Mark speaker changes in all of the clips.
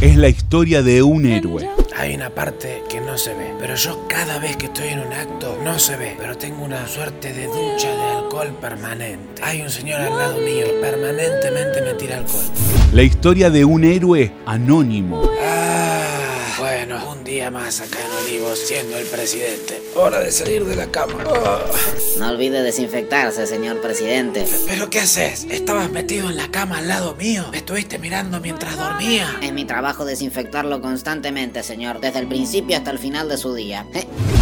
Speaker 1: es la historia de un héroe.
Speaker 2: Hay una parte que no se ve, pero yo cada vez que estoy en un acto no se ve, pero tengo una suerte de ducha de alcohol permanente. Hay un señor al lado mío, permanentemente me tira alcohol.
Speaker 1: La historia de un héroe anónimo.
Speaker 2: Ah, bueno, un día más acá en Olivos siendo el presidente. Hora de salir de la cama. Ah.
Speaker 3: No olvide desinfectarse, señor presidente.
Speaker 2: ¿Pero qué haces? Estabas metido en la cama al lado mío. Me estuviste mirando mientras dormía.
Speaker 3: Es mi trabajo desinfectarlo constantemente, señor, desde el principio hasta el final de su día.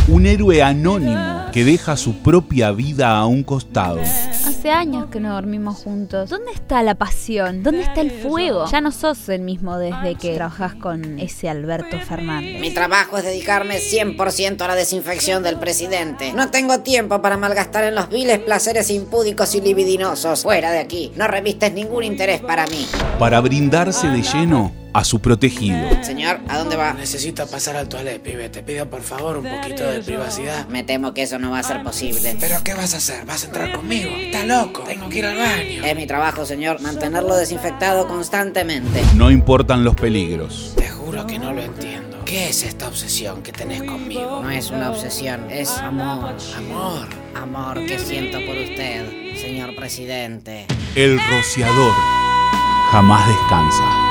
Speaker 1: Un héroe anónimo que deja su propia vida a un costado.
Speaker 4: Hace años que no dormimos juntos. ¿Dónde está la pasión? ¿Dónde está el fuego? Ya no sos el mismo desde que trabajás con ese Alberto Fernández.
Speaker 3: Mi trabajo es dedicarme 100% a la desinfección del presidente. No tengo tiempo para malgastar en los viles placeres impúdicos y libidinosos. Fuera de aquí, no revistes ningún interés para mí.
Speaker 1: Para brindarse de lleno a su protegido.
Speaker 3: Señor, ¿a dónde va?
Speaker 2: Necesito pasar al toilet, pibe. Te pido por favor un poquito de privacidad.
Speaker 3: Me temo que eso no va a ser posible.
Speaker 2: ¿Pero qué vas a hacer? ¿Vas a entrar conmigo? ¡Estás loco! Tengo que ir al baño.
Speaker 3: Es mi trabajo, señor, mantenerlo desinfectado constantemente.
Speaker 1: No importan los peligros.
Speaker 2: Te juro que no lo entiendo. ¿Qué es esta obsesión que tenés conmigo?
Speaker 3: No es una obsesión, es amor.
Speaker 2: Amor.
Speaker 3: Amor que siento por usted, señor presidente.
Speaker 1: El rociador jamás descansa.